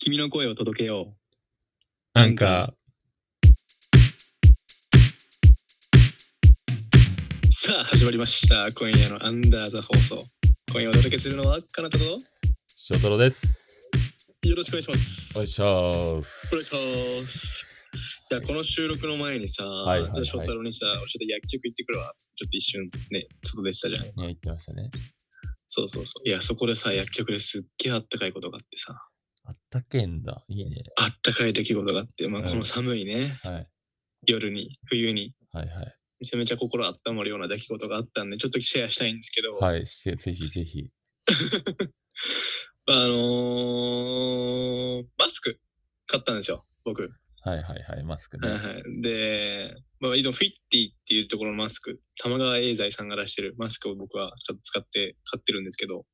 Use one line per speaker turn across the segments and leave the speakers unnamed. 君の声を届けよ
な
なんん
か
か、う。さあ、始まりました。今夜のアンダーザ放送。今夜お届けするのは、かなたと、よ
ショトロです。
ろしくお願いします。
お
お
いしょーす。
願いします。じゃあ、この収録の前にさ、
いはいはい
じゃあ、翔太郎にさ、俺ちょっと薬局行ってくるわ。つってちょっと一瞬ね、外出てたじゃん。
いや、言ってましたね。
そうそうそう。いや、そこでさ、薬局ですっげえあったかいことがあってさ、
あったけんだ。いいね。
あったかい出来事があって、まあ、
うん
この寒いね、
はい。
夜に、冬に、
はいはい。
めちゃめちゃ心温まるような出来事があったんで、ちょっとシェアしたいんですけど、
はい。して、ぜひぜひ。
あのーマスク買ったんですよ、僕。
はいはいはい。マスク
はい
ね。
はいで、まあ、以前フィッティっていうところのマスク、玉川英財さんが出してるマスクを僕はちょっと使って買ってるんですけど、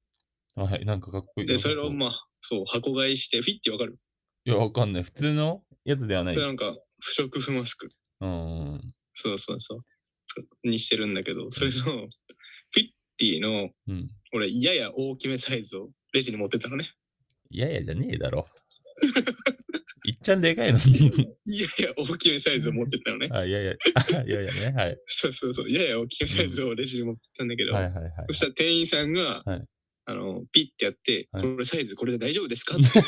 はい。なんかかっこいい。
で、それを
い
まあ、そう、箱買いして、フィッティわかる、
や、わかんない。普通のやつではない。
これ
う
なんか、不織布マスク。
ん。
そうそうそう。つにしてるんだけど、それの、フィッティの、
うん。
俺、やや大きめサイズをレジに持ってったの ね。
いやいやじゃねえだろ。 いっちゃんでかいのに。
いやいや大きめサイズを持ってったのね。
あ、いやいや。いやいやね。はい。
そうそうそう。いやいや大きめサイズをレジに持ってったんだけど、
はいはいはい。
そしたら店員さんが、
はい
あの、ピッてやって、
はい
これサイズこれで大丈夫ですかって言っ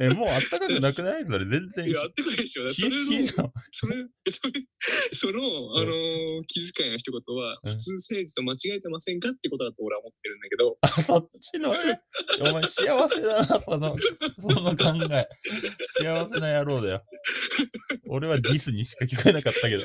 え、もうあったかくなくないそれ全
て。
然。
いや、あったかいでしょ。だ からそれ
冷え冷え
の、
じゃん。
それ、それ、その、あの気遣いの一言は、
うん
普通サイズと間違えてませんかってことだと俺は思ってるんだけ ど、
そっちの、お前幸せだな、その、その考え。幸せな野郎だよ。俺はディスにしか聞こえなかった けど。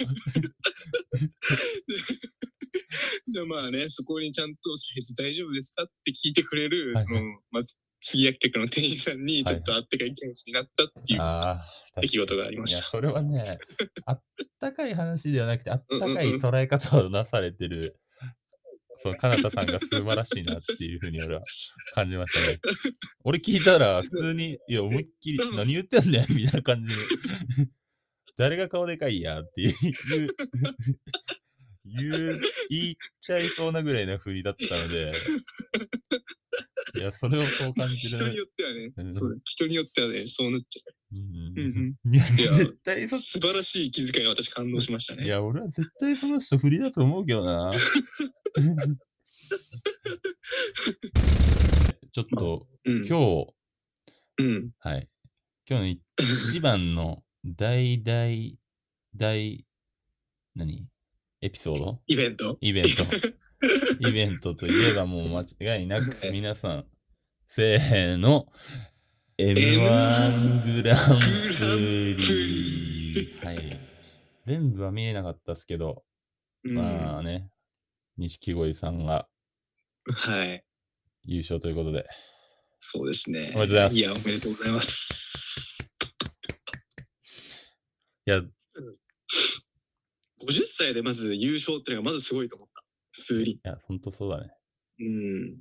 で、まあね、そこにちゃんとサイズ大丈夫ですかって聞いてくれる、
はい
その、まあ、杉薬局の店員さんに、
はい
ちょっとあったかい気持ちになったっていう、
ああ、
出来事がありま
いや、
した。
それは ね、あったかい話ではなくて、あったか
うん
い
うんうん
捉え方をなされ てる、そう、かなたさんが素晴らしいなっていうふうに俺は感じましたね。俺聞いた ら、普通に、いや、思いっきり
う、ん
何言ってんだよ、みたいな感じに。 誰が顔でかいやっていう、言う、言っちゃいそうなぐらいの振りだったの で、いや、それをそう感じ
人に
る。
よってはね、
うん
そう人によってはね、そうなっちゃ
うん
ううん
いや、
や
絶対
う。
そ
素晴らしい気遣いに私感動しました
い
ね。
や、俺は絶対その人不利だと思うけどな。ちょっと
うん。
今日、
うん。
はい。今日のい一番の大大大、何エピソード
イベント。
イベント。イベントといえばもう間違いなく皆さん、せーの、M1 グランプリ。はい。全部は見えなかったですけど、
うん。
まあね、錦鯉さんが
はい。
優勝ということで、
そうですね。
おめでとうございます
いや、おめでとうございます。
いや、
50歳でまず優勝っていうのがまずすごいと思った。普通
い
に。
や、ほんとそうだね。
うん。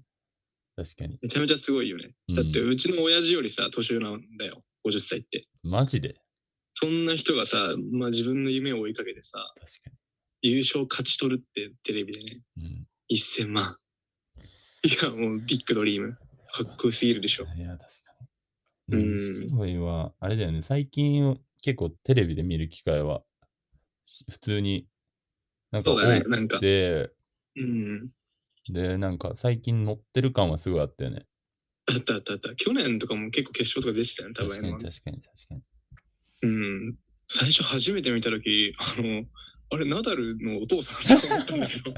確かに。
めちゃめちゃすごいよね。
うん
だって、うちの親父よりさ、年上なんだよ。50歳って。
マジで
そんな人がさ、まあ自分の夢を追いかけてさ、
確
優勝勝ち取るってテレビでね、
かに。
1000万。いや、もうビッグドリーム。かっこよすぎるでしょ。
うん。いや、確か
うん
に。錦鯉は、あれだよね、最近結構テレビで見る機会は、し普通になんか
そうだね
多
なん
く
か
て、
うん。
で、なんか最近乗ってる感はすごいあったよね。
あったあったあった。去年とかも結構決勝とか出てたよね、多
確かに
分。
確かに確かに。
うん。最初初めて見たとき、あの、あれ、ナダルのお父さんだと思ったんだけ ど、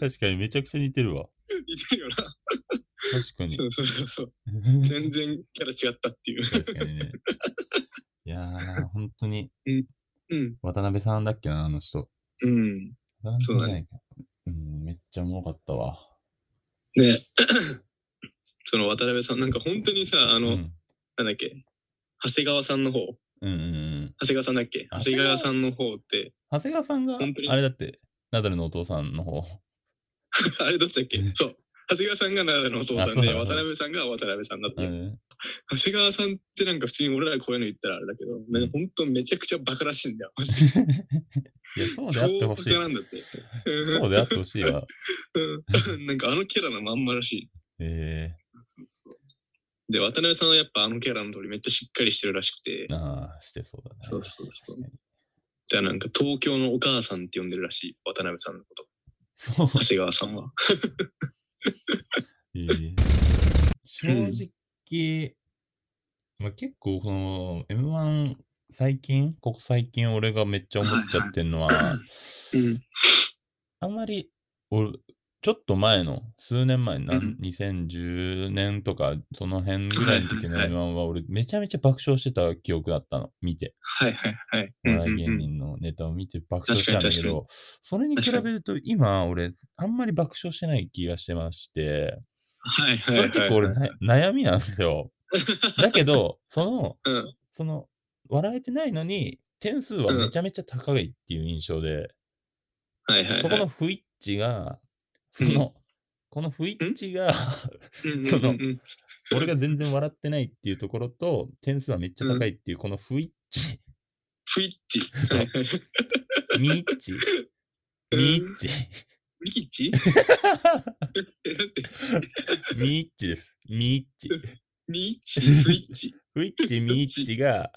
確かにめちゃくちゃ似てるわ。
似てるよな。
確かに
そ。うそうそうそう。全然キャラ違ったっていう。
確かにね。いやー、本当に。
うん。
渡辺さんだっけな、あの人。
うん。
渡辺さ
そ
ん
うだ
じゃ
ね
ないか。うん、めっちゃおもろかったわ。
ね その渡辺さん、なんか本当にさ、あ
うん、
の、
う
なん
ん
だっけ、長谷川さんの方、
うんうん。
長谷川さんだっけ長
長谷
谷
川
川さんの方って、
長谷川さんが、
本当に
あれだって、ナダルのお父さんの方。
あれどっちだっけ
うん
そう。長谷川さんがナダルのお父
あ
さ
そ
ん
うな
で、
の
渡辺さんが渡辺さんだった
うん
です。
ん、
長谷川さんってなんか普通に俺らこういうの言ったらあれだけど、
うん
本当めちゃくちゃバカらしいんだよ。マジで
いや、そうであってほしい
超。バカなんだって。
そうであってほしいわ。
うんなんかあのキャラのまんまらしい。
え
そうそうで、渡辺さんはやっぱあのキャラの通りめっちゃしっかりしてるらしくて、
ああ、してそうだね。
そうそうそう
確かに
じゃあなんか東京のお母さんって呼んでるらしい、渡辺さんのこと。
そう。
長谷川さんは。
ええ
うん
正直、まあ、結構その M1 最近、ここ最近俺がめっちゃ思っちゃってんのは、
うん。
あんまり俺、ちょっと前の、数年前な、
うん
2010年とか、その辺ぐらいの時の
はいはい
M1 は俺めちゃめちゃ爆笑してた記憶だったの、見て。
はいはいはい。
お
うん
笑い
うん
芸
うん
人のネタを見て爆笑してたんだけ
確かに確か
ど、それに比べ
確か
ると今俺、あんまり爆笑してない気がしてまして、
はい
そ
はいはい。
れ結構俺な悩みなんで すよ。だけど、その、
うん。
その、笑えてないのに、点数はめちゃめちゃ高いっていう印象で、
はいはいはい。
そこの不一致が、そ
うん
の、この不一致 が、
うん
その
うんうんうん
俺が全然笑ってないっていうところと、点数はめっちゃ高いっていう、この不一致、
不一致。
そう
はいはい
未一致、未一致、
不一致えだって、
未一致です。未一致。
未 一致、不一致。
不一致、未一致が、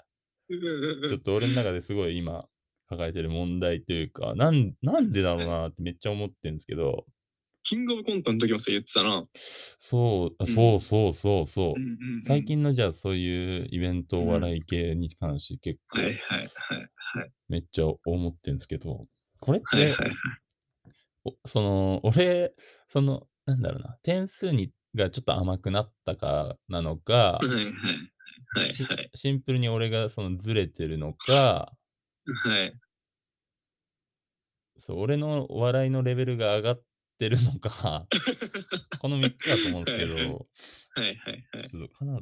うんうんうん
ちょっと俺の中ですごい今、抱えてる問題というか、なんなんでだろうなってめっちゃ思ってるんですけど、
キングオブコントの時もそう言ってたな。
そう、あ
うん
そうそうそうそ
う
う。
んうんうん
最。近のじゃあそういうイベント
うん
お笑い系に関して結構
はいはいはい。
めっちゃ思ってるんですけど、これっ
はい
て、
はいはい。
おその、俺、その、なんだろうな、点数にがちょっと甘くなったかなのか、
はいはい。
し
はいはい。
シンプルに俺がそのずれてるのか、
はい。
そう、俺のお笑いのレベルが上がってるの か、この3つだと思うんですけど、
はいはいはいはいはい。
ちょっとかな、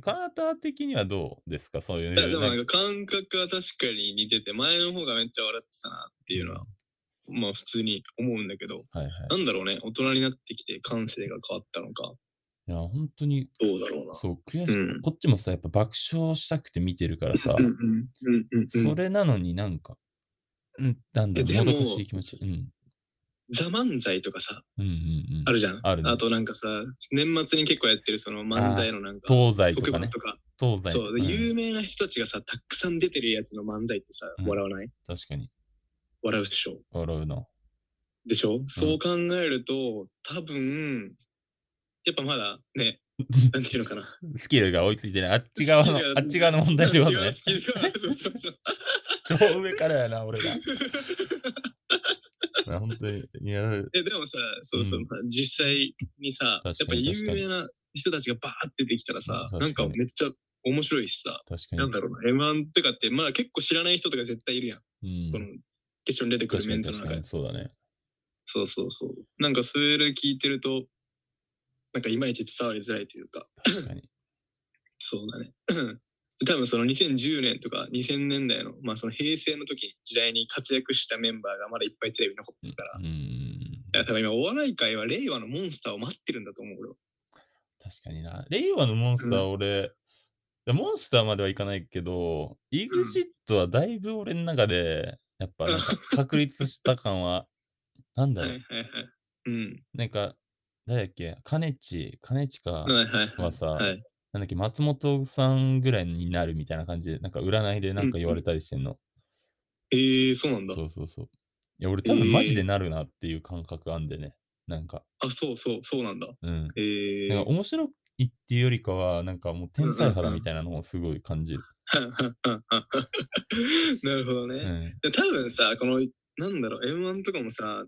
カナタ的にはどうですかそういう。
いやでも
な
なんんか
か
感覚は確かに似てて、前の方がめっちゃ笑ってたなっていうのは、まあ普通に思うんだけど、
はいはい。
なんだろうね、大人になってきて感性が変わったのか、
いや、本当に、
どうだろうな。
そう、悔
う
しい、
ん
こっちもさ、やっぱ爆笑したくて見てるからさ、
うんうんうんうんう
そ
ん。
れなのになんか、うん、なんだろ
え
う、
で
も
も
どかしい気持ち。うん。
ザ漫才とかさ、
うんうんうん。
あるじゃん。
あるね
となんかさ、年末に結構やってるその漫才のなんか、
東西
特
とか
番
ね。
とか、
東西
そう、
とか、
で
うん
有名な人たちがさ、たくさん出てるやつの漫才ってさ、
うん
笑わない
確かに。
笑うでしょ。
笑うの。
でしょ、そう考えると、多分、やっぱまだね、なんていう のかな。
スキルが追いついてない。あっち側の
スキル、が
あっち側の問題ってこと ね。
好きだから、そうそうそう。
超上からやな、俺 が。いや本当に、いや、
えでもさ、そうそう、
うん
実際にさ、やっ
確
ぱ
かに
有名な人たちがバーって出てきたらさ、
うん
なん
確か
か
に
めっちゃ面白いしさ、
確かに。
なんだろうな、M1 とかって、まあ結構知らない人とか絶対いるやん。
うん
この決勝に出てくる
確か
メン
に
ツの
確
中
か
で
に。。そうだね。
そうそうそう。なんかそれ聞いてると、なんかいまいち伝わりづらいというか、
確かに。
そうだね。 多分その2010年とか2000年代の、まあその平成の時に時代に活躍したメンバーがまだいっぱいテレビに残ってるから、
うん。
いや多分今お笑い界は令和のモンスターを待ってるんだと思う俺は。
確かにな。令和のモンスター、俺、いやモンスターまではいかないけど、イグジットはだいぶ俺の中で、やっぱなんか確立した感は、なんだ
はい
ろ
は
う
い、はい。うん。
なんか、誰だっけ、カネチ、カネチか、
はいはいはい。
はさ
はい、
なんだっけ、松本さんぐらいになるみたいな感じで、なんか占いでなんか言われたりしてんの。
えー、そうなんだ。
そうそうそう。いや、俺多分マジでなるなっていう感覚あんでね。なんか、
あ、そうそう、そうなんだ。
うん。
えー。
なんか面白いっていうよりかは、なんかもう天才肌みたいなのをすごい感じる。
なるほどね。
うん。
で多分さ、この、なんだろう、M1 とかもさ、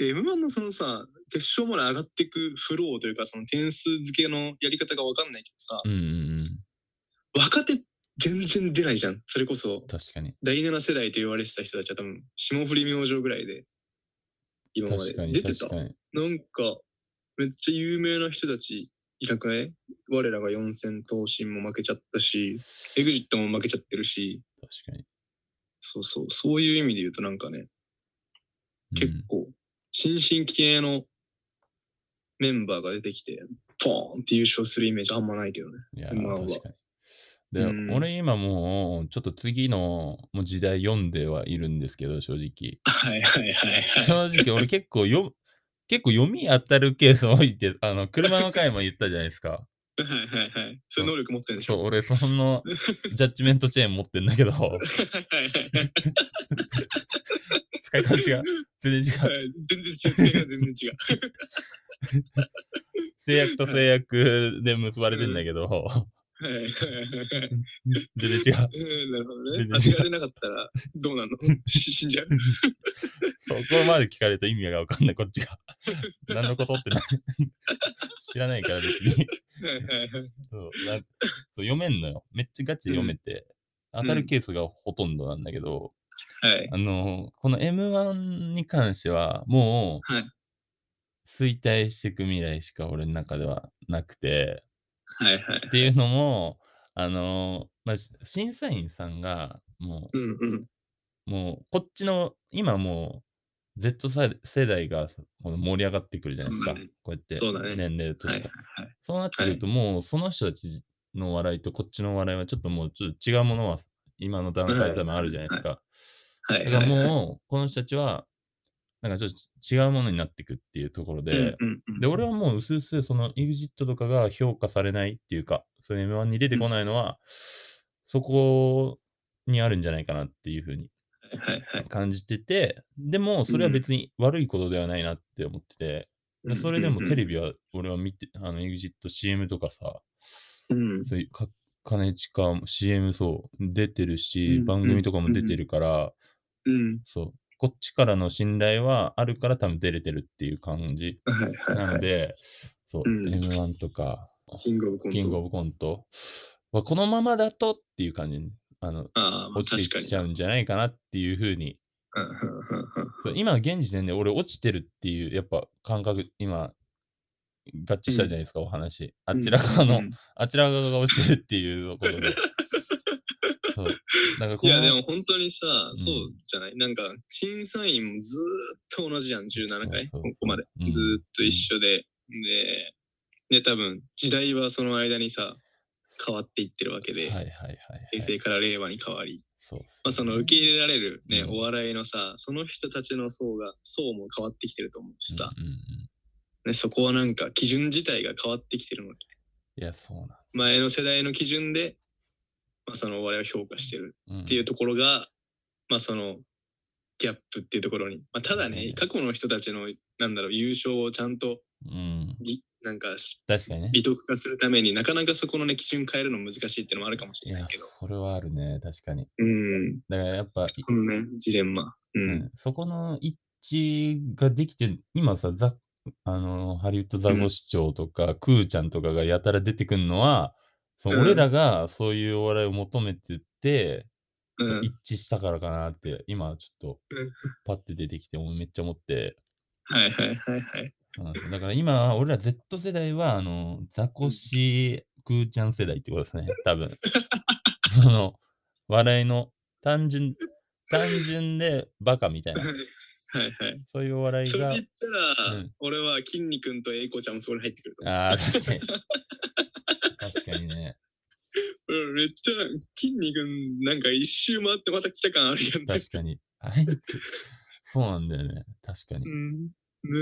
M1 のそのさ、決勝まで上がっていくフローというか、その点数付けのやり方がわかんないけどさ、
うんうんうん。
若手全然出ないじゃん。それこそ、
確かに。
第7世代と言われてた人たちは多分、霜降り明星ぐらいで、今まで
確か。に。
出てた
確。かに。
なんか、めっちゃ有名な人たちいなくない我らが四千頭身も負けちゃったし、エグジットも負けちゃってるし、
確かに。
そうそう、そういう意味で言うとなんかね、
う
結
ん
構、新進気鋭のメンバーが出てきて、ポーンって優勝するイメージあんまないけどね。
いや、
今は
確かに。で、
うん
俺今もう、ちょっと次のもう時代読んではいるんですけど、正 直。
はいはいはいはい。
正直、俺 結構読む、結構読み当たるケース多いって、あの、車の回も言ったじゃないですか。
はいはいはい。そういう能力持ってるんでし
そう、
ょ
俺、その、ジャッジメントチェーン持ってんだけ ど、
はいはいはい
使い方違う。全然違う。
はい全然違う、違う、全然違う。
制約と制約で結ばれてんだけど、
はいはいはいはい。
全然違う。
うんなるほどね。
全然違う
味がれなかったらどう なのし死んじゃう。
そこまで聞かれた意味がわかんない、こっちが。 何のことってな 知らないから別に。
はいはいはい。
そうなそう読めんのよ。めっちゃガチで読めて、当たるケースがほとんどなんだけど、
はい。
あの、この M1 に関しては、もう、
はい
衰退していく未来しか俺の中ではなくて、
はいはい。
っていうのも、あの、まあ、し審査員さんが、も
うんうん。
う、もう、こっちの、今もう、Z 世世代がこの盛り上がってくるじゃないです
そ
か。
うだね
こうやって
そうだね、
年齢と
は
し
い
て
はい。はい。
そうなってくると、もうその人たちの笑いとこっちの笑いはちょっともうちょっと違うものは今の段階でもあるじゃないですか。
はいはい
だか
は
ら
い
もうこの人たちは、なんかちょっと違うものになっていくっていうところで、
うんうんうん
で、俺はもう薄々その EXIT とかが評価されないっていうか、その M1 に出てこないのは、そこにあるんじゃないかなっていうふうに
はいはい
感じてて、でもそれは別に悪いことではないなって思ってて、
うん
それでもテレビは俺は見て、あの EXITCM とかさ、
うん
そういうか金地か CM そう出てるし、
うん
番組とかも出てるから、
うん。
そうこっちからの信頼はあるから多分出れてるっていう感じ
はいはい
な
は
の
い。
で、そう、
うん
M1 とか
キングオブコント。
キングオブコントはこのままだとっていう感じにあの
ああ、まあ
落
確
ち
か
て
に
き。ちゃうんじゃないかなっていうふうに
うんうんうんうん
そう今現時点で俺落ちてるっていうやっぱ感覚今合致したじゃないですか、お話あちら側の、
うん
あちら側が落ちてるっていうこ とで。そうなんかこ
いや
の
でも本当にさ、
ん
そうじゃないなんか審査員もずーっと同じやん17回こ
そうそう
こまで、
うん
ずーっと一緒で、でで多分時代はその間にさ変わっていってるわけで、
はいはいはい、
平
はい。
成から令和に変わり、
そうっす
まあ、その受け入れられる、ね
うん
お笑いのさその人たちの層が層も変わってきてると思うしさ、
うんうんうん
ね、そこはなんか基準自体が変わってきてるので
いや、そうなんで
前の世代の基準で、まあ、そのお笑いを評価してる
す。うん
っていうところが、まあそのギャップっていうところに、まあ、ただ
そう
ね
ね
過去の人たちのなんだろう優勝をちゃんと
うん。
ぎなんかし
確かにね。
美徳化するためになかなかそこのね基準変えるの難しいっていうのもあるかもし
い
れな
や
いけど、
それはあるね、確かに。
うん
だからやっぱ、
このねジレンマうん、
うんそこの一致ができて、今さ、ザあのハリウッドザゴシチョウとか、クーちゃんとかがやたら出てくるのは、その
うん
俺らがそういうお笑いを求めてて、
う
そうん一致したからかなって、今ちょっと
うん
パッて出てきて、めっちゃ思って。
はいはいはいはい
そうなんですよだから今、俺ら Z 世代は、あの、ザコシ、クーちゃん世代ってことですね、多分。 その、笑いの単純、単純でバカみたいな、
はいはい
そういうお笑い
それ
が
で言っ。たら、
うん
俺は筋肉んと英子ちゃんもそこに入ってくると思う
ああ、確かに。 確かにね。
うんめっちゃ筋肉なんか一周回ってまた来た感あるやんね
確かに。あいつ、そうなんだよね。確かに
う。んね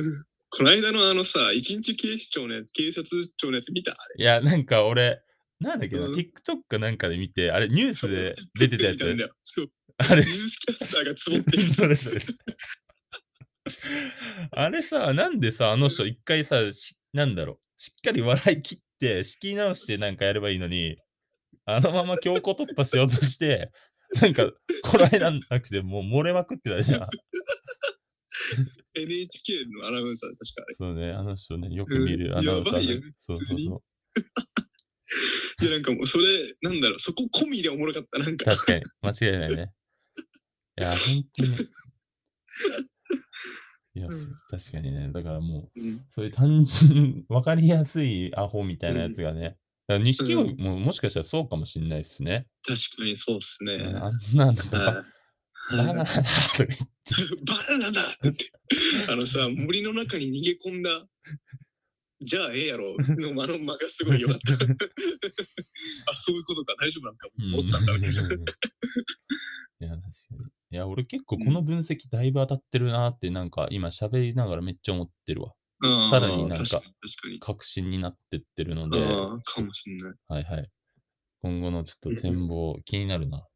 この間のあのさ、一日警視庁のやつ、警察庁のやつ見たあれ。
いや、なんか俺、なんだっけな、
うん
TikTok かなんかで見て、あれ、ニュースで出てたや
見んだ
つ。
よ そう。
あれ
ニュー、スキャスターがつぼってるやつ。
それそれそれ あれさ、なんでさ、あの人一回さ、しなんだろう、しっかり笑い切って、仕切り直してなんかやればいいのに、あのまま強行突破しようとして、なんか、こらえらんなくて、もう漏れまくってたじゃん。
NHK のアナウンサー、確か
そうね、あの人ね、よく見る。
うん
あの
やばいよね
そう
普通
そう
に
そう。
あれ。で、なんかもう、それ、なんだろう、そこ込みでおもろかった、なんか。
確かに、間違いないね。いや、本当に。いや、
うん
確かにね、だからも
う
う、
ん
そういう単純、わかりやすいアホみたいなやつがね。だから錦鯉ももしかしたらそうかもしんないですね。
確かにそうっすね。
うん
は
あんなの
いはい
バ バナナだとか言って。
バナナだって言って、 あのさ、森の中に逃げ込んだ、じゃあええやろ、の間の間がすごい良か った。あ、そういうことか、大丈夫なんか、
うん
思ったんだ、みたいな。
いや、確かに。いや、俺結構この分析だいぶ当たってるなーって、なんか今喋りながらめっちゃ思ってるわ。
うん
さらになんか
確かに
確信になってってるの
確か
で、
に。ああ、かもしんない。
はいはい。今後のちょっと展望、気になる な。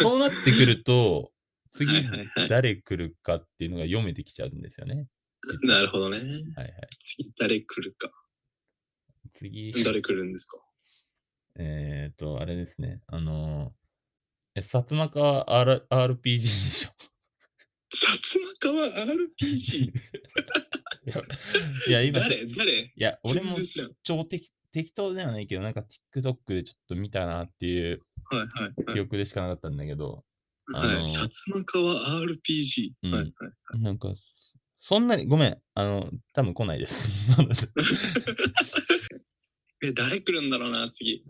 そうなってくると、次
はいはいはい。
誰来るかっていうのが読めてきちゃうんですよね。
なるほどね。
はいはい。
次、誰来るか。
次、
誰来るんですか
えっ、ー、と、あれですね。あのー、え、薩摩川 R- RPG でしょ。
薩摩川 RPG。
いや、今、い
誰誰
や、俺
全
も
然知らん。
超適適当ではないけど、なんか TikTok でちょっと見たなっていう
はいはい
記憶でしかなかったんだけど、
はい。
あ
は
の
い、薩摩川 RPG、
うん
はいはい。
なんか、そんなに、ごめん、あの、多分来ないです。
え、誰来るんだろうな、次。う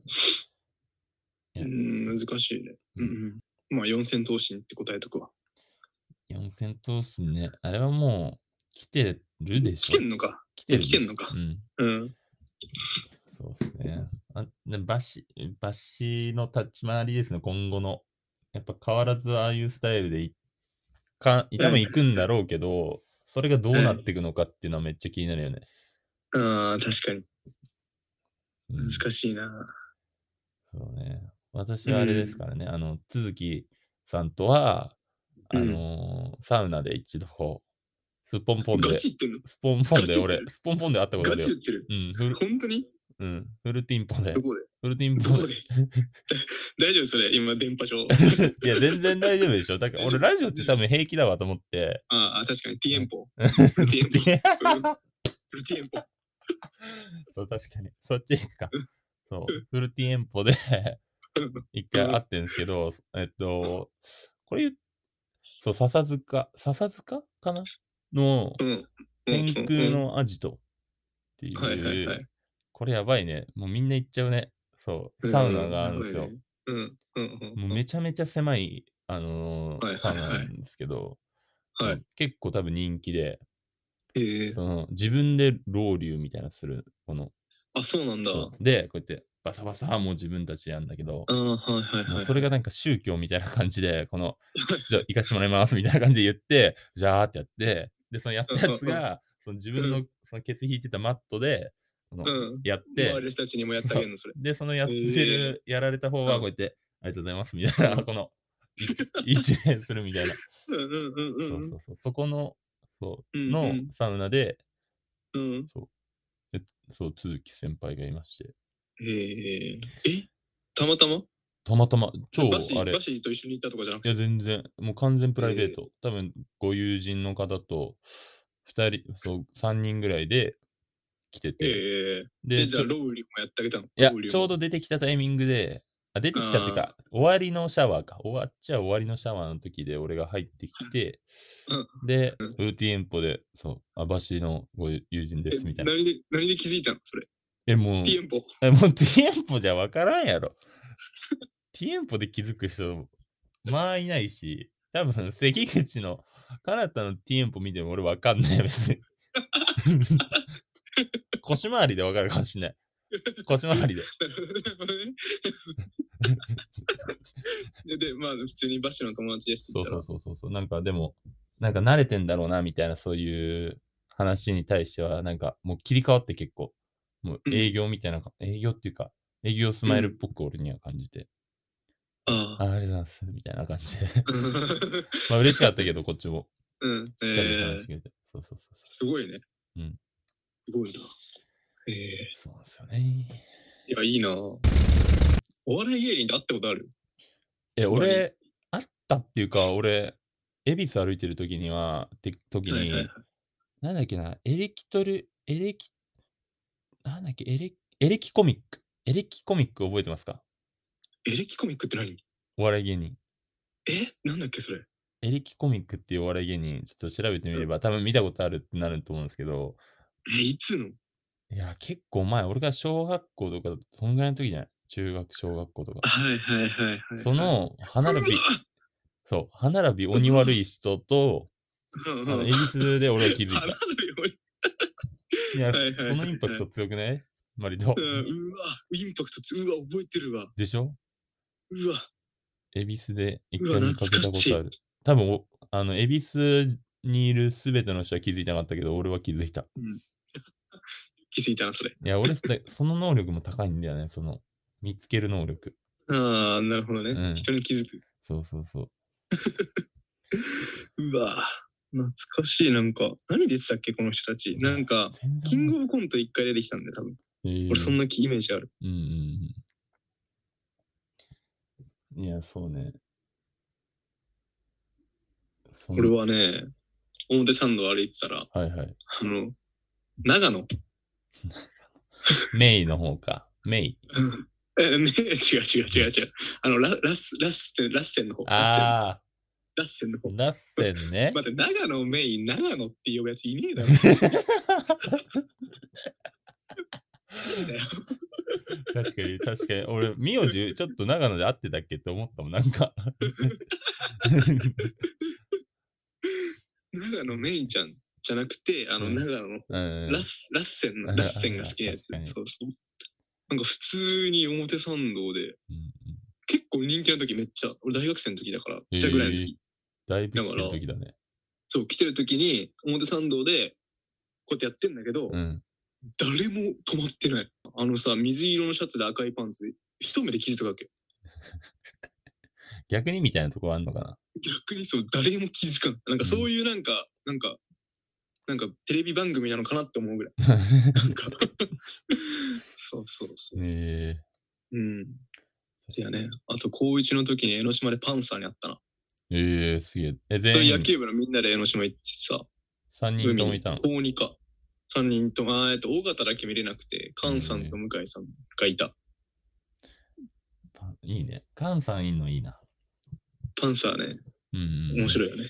いや
ーん、難しいね。うんうん。まあ、四千頭身って答えとくわ。
四千頭身ね、あれはもう来てるで
来
しょ
て。んのか。
来てるでし
来
ょ。
てんのか
うん。
うん。
そうですね。あでバシ、バシの立ち回りですね、今後の。やっぱ変わらずああいうスタイルでいか、多分行くんだろうけど、それがどうなっていくのかっていうのはめっちゃ気になるよね。
ああ、確かに。
うん、
難しいな。
そうね。私はあれですからね、あの、都築さんとは、あ
うん
のーサウナで一度こう、スポンポン
ガ
で、
チ言ってんの
スポンポン
ガ
で
チ
俺、スポンポンで会ったこと
ガ
ある
チ言。
よ
ってる。
うん、フル、
本当に
うん、フルティンポ で
ど、こで
フルティン
ど
ポ
こで 大丈夫それ今、電波上。
で。いや、全然大丈夫でしょ。だから俺、ラジオって多分平気だわと思って。
ああ、確かに。ティエンポ。フルティエンポ。フルティエンポ。
そう、確かに。そっち行くか。そう、フルティンポで 一回会ってんですけど、えっと、これ言う、そう、笹塚、笹塚かなの、
うん。
天
うん
空。のアジトってい
はいはいは
う
い、
これやばいね。もうみんな行っちゃうね。そう、サウナがあるんですよ。
うん。うんうんう。
もうんめちゃめちゃ狭い、あのー
はい
サ
は
ウ
い
ナ
はい
なんですけど、
はい。
うん結構多分人気で、
えー、
その自分でロウリュみたいなのするこの。
あ、そうなんだ。
そうで、こうやってバサバサもう自分たちでやるんだけど、
ああ、はいはい
もう
はい。
それがなんか宗教みたいな感じ で、この、じゃあ行かしてもらいますみたいな感じで言って、じゃーってやって、で、そのやったやつ
うんうん
が、その自分
う
のそのケツ引いてたマットで、この
うん
やっ
周
て
り、の人たちにもやってあげるの、それ。
で、そのやって
へ
る、やられた方は
うん
こうやって、ありがとうございますみたいな、この、 い一円するみたいな。
うんうんう
そうん
うん
そうそう。そこの、そう、
うんう
の
ん
サウナで、
うん。うん。
えそう、都築先輩がいまして、
えー、えたまたま
たまたま、超
バシ
あれ、
バシと一緒に行ったとかじゃなく
い
て。
や、全然、もう完全プライベ
え
ート。多分、ご友人の方と、二人、そう、三人ぐらいで来てて。
えー、
で、
え
ち
じゃあ、
ょ
ロウリュもやってあげたの
いや、
ロウリュも
ちょうど出てきたタイミングで、あ出てきたっていうか、終わりのシャワーか。終わっちゃ終わりのシャワーの時で、俺が入ってきて、で、ウーティエンポで、そう、あばしのご友人です、みたいな。
え何で、何で気づいたのそれ。
え、もう、
ティエンポ。
えもうティエンポじゃわからんやろ。ティエンポで気づく人、まあいないし、多分関口の、カナタのティエンポ見ても俺わかんない、別に。腰回りでわかるかもしんない。腰回りで。
で、でまあ、普通にバシの友達ですって
そ
言っ
う
た
そ
ら
う。そうそうそう。なんかでも、なんか慣れてんだろうな、みたいな、そういう話に対しては、なんかもう切り替わって結構、もう
うん
営業みたいなか、営業っていうか、営業スマイルっぽく俺には感じて、
ああ。
あありがとうございます、みたいな感じで。
うん
まあ嬉しかったけど、こっちも。
うん。え
しっかり
ー
話してくれて。そうそうそう
すごいね。
うん
すごいな。ええ
そう。そうなんですよね。
いや、いいな。お笑い芸人って会ったことある
え、
そうだね
俺、あったっていうか、俺、恵比寿歩いてる時には、て時
はいはい
に、なんだっけな、エレキトル、エレキ、なんだっけ、エレエレキコミック。エレキコミック覚えてますか
エレキコミックって何
お笑い芸人。
えなんだっけそれ。
エレキコミックっていうお笑い芸人、ちょっと調べてみれば、多分見たことあるってなると思うんですけど、
え、いつの
いや、結構前、俺が小学校とか、そんぐらいの時じゃない中学、小学校とか。
はいはいはいはい。
その、歯
うわ、
並び、そう、歯並び鬼悪い人と、
うんうん
あの、エビスで俺は気づ い
歯並
た。
び
いや、
はいはい
そのインパクト強くない割と。
俺うんうわ、インパクトつ、うわ、覚えてるわ。
でしょ
うわ、
エビスで一
うわ
回見かけた
懐
こ
かしい
とある。多分お、あの、エビスにいるすべての人は気づいてなかったけど、俺は気づいた。
気づいたな、それ。
いや、俺って、その能力も高いんだよね、その、見つける能力。
ああ、なるほどね。
うん
人に気づく。
そうそうそう。
うわ懐かしい。なんか、何出てたっけ、この人たち。なんか、
全然
キングオブコント一回出てきたんだよ、多分。
俺
俺、そんなイメージある。
うんうんうん。いや、そうね。そん
俺。はね、表参道歩いてたら、
はいはい。
あの、長野。
メイの方か。メイ。
え、ね、違う違う違う違う。あの、ララス、ラスセン、ラッセンの方。ラ
あ
ッセンの
ー
方。、
ラッセン ね。
待って、長野メイン、長野って呼ぶやついねえ だろ。いねえだよ
確かに、確かに。俺、名 字、ちょっと長野で会ってたっけって思ったもん、なんか。
長野メインちゃんじゃなくて、あの、
うん
長野の
うん
ラッスラッセン
う
の、
ん
ラッセンが好きなやつ
確か。に
そうそう。なんか普通に表参道で、
うん
結構人気の時めっちゃ、俺大学生の時だから、来たぐらいの時、
へえだいぶ来てる時だね。
そう、来てる時に表参道で、こうやってやってんだけど、
うん。
誰も止まってない。あのさ、水色のシャツで赤いパンツで、一目で気づくわけ。
逆にみたいなとこあんのかな。
逆にそう、誰も気づかん。なんかそういうなんか、なんか、なんかテレビ番組なのかなって思う ぐらい。なんか、 そうそうそう。
ね
うん。いやね、あと高1の時に江ノ島でパンサーにあったな。
え。ええ、すげえ。え、
そ
全
れ
員
野球部のみんなで江ノ島行ってさ、
3人ともいたの
高2か。3人とも、あーえっと、大型だけ見れなくて、菅さんと向井さんがいた。
パンいいね。カンさんいんのいいな。
パンサーね、
うんうんうん。
面白いよね。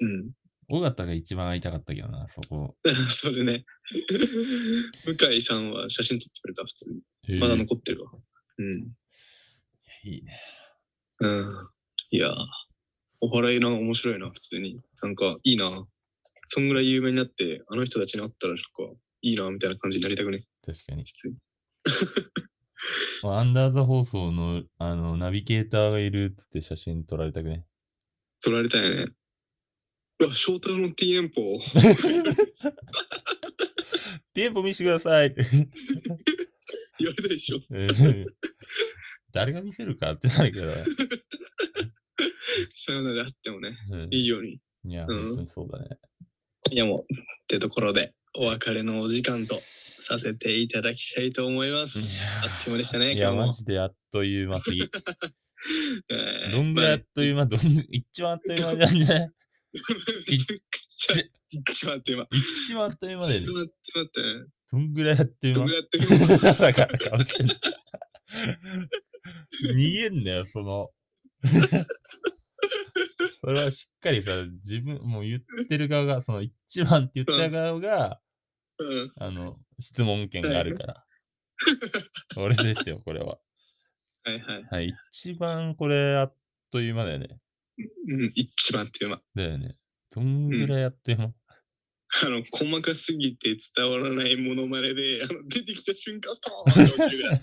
う
う
ん。
ん。
尾形が一番会いたかったけどな、そこ。
それね。向井さんは写真撮ってくれた、普通に。
へえ
まだ残ってるわ。うん。
いいね。
うん。いやー、お笑いな、面白いな、普通に。なんか、いいな。そんぐらい有名になって、あの人たちに会ったら、なんか、いいな、みたいな感じになりたくね、
確かに。
普通に。
アンダーザ放送の、あの、ナビゲーターがいるっつって写真撮られたくね。
撮られたよね。うわ、翔太郎の T 遠方。
テンポ見してください。
言われたでしょ。
誰が見せるかってなるけどね。
さよならであってもね、
うん
いいように。
いや、
うん
本当にそうだね。
今夜も、ってところで、お別れのお時間とさせていただきたいと思います。
いやー
あっという間でしたね、
い
今
や、
日
マ
も。
ジであっという間 すぎ。
えー
どんぐらいあっという間、どんぐ一番あっという間なんじゃない
めちゃくちゃ、一番あっという間。
一番あっという間で、
一番あっという間だってね。
どんぐらいあっという
どんぐ
間
らいあっという間
だからかぶせんな逃げんなよ、その。 それはしっかりさ、自分、もう言ってる側が、その一番って言った側が、
うん。
あの、質問権があるから。俺ですよ、これは。
はいはい。
はい、一番これあっという間だよね。
うん、一番あっという間。
だよね。どんぐらいあっという間、
あの、細かすぎて伝わらないものまねで、あの出てきた瞬間、ストーンって落ちるぐらい。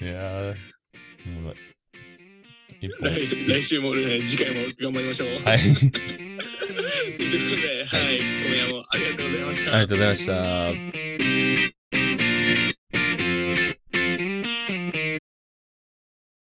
いやー、おもろい。一本
来来週も、ね、次回も頑張りましょう。。
はいい。
ということで、はい、今夜もありがとうございました。
ありがとうございました。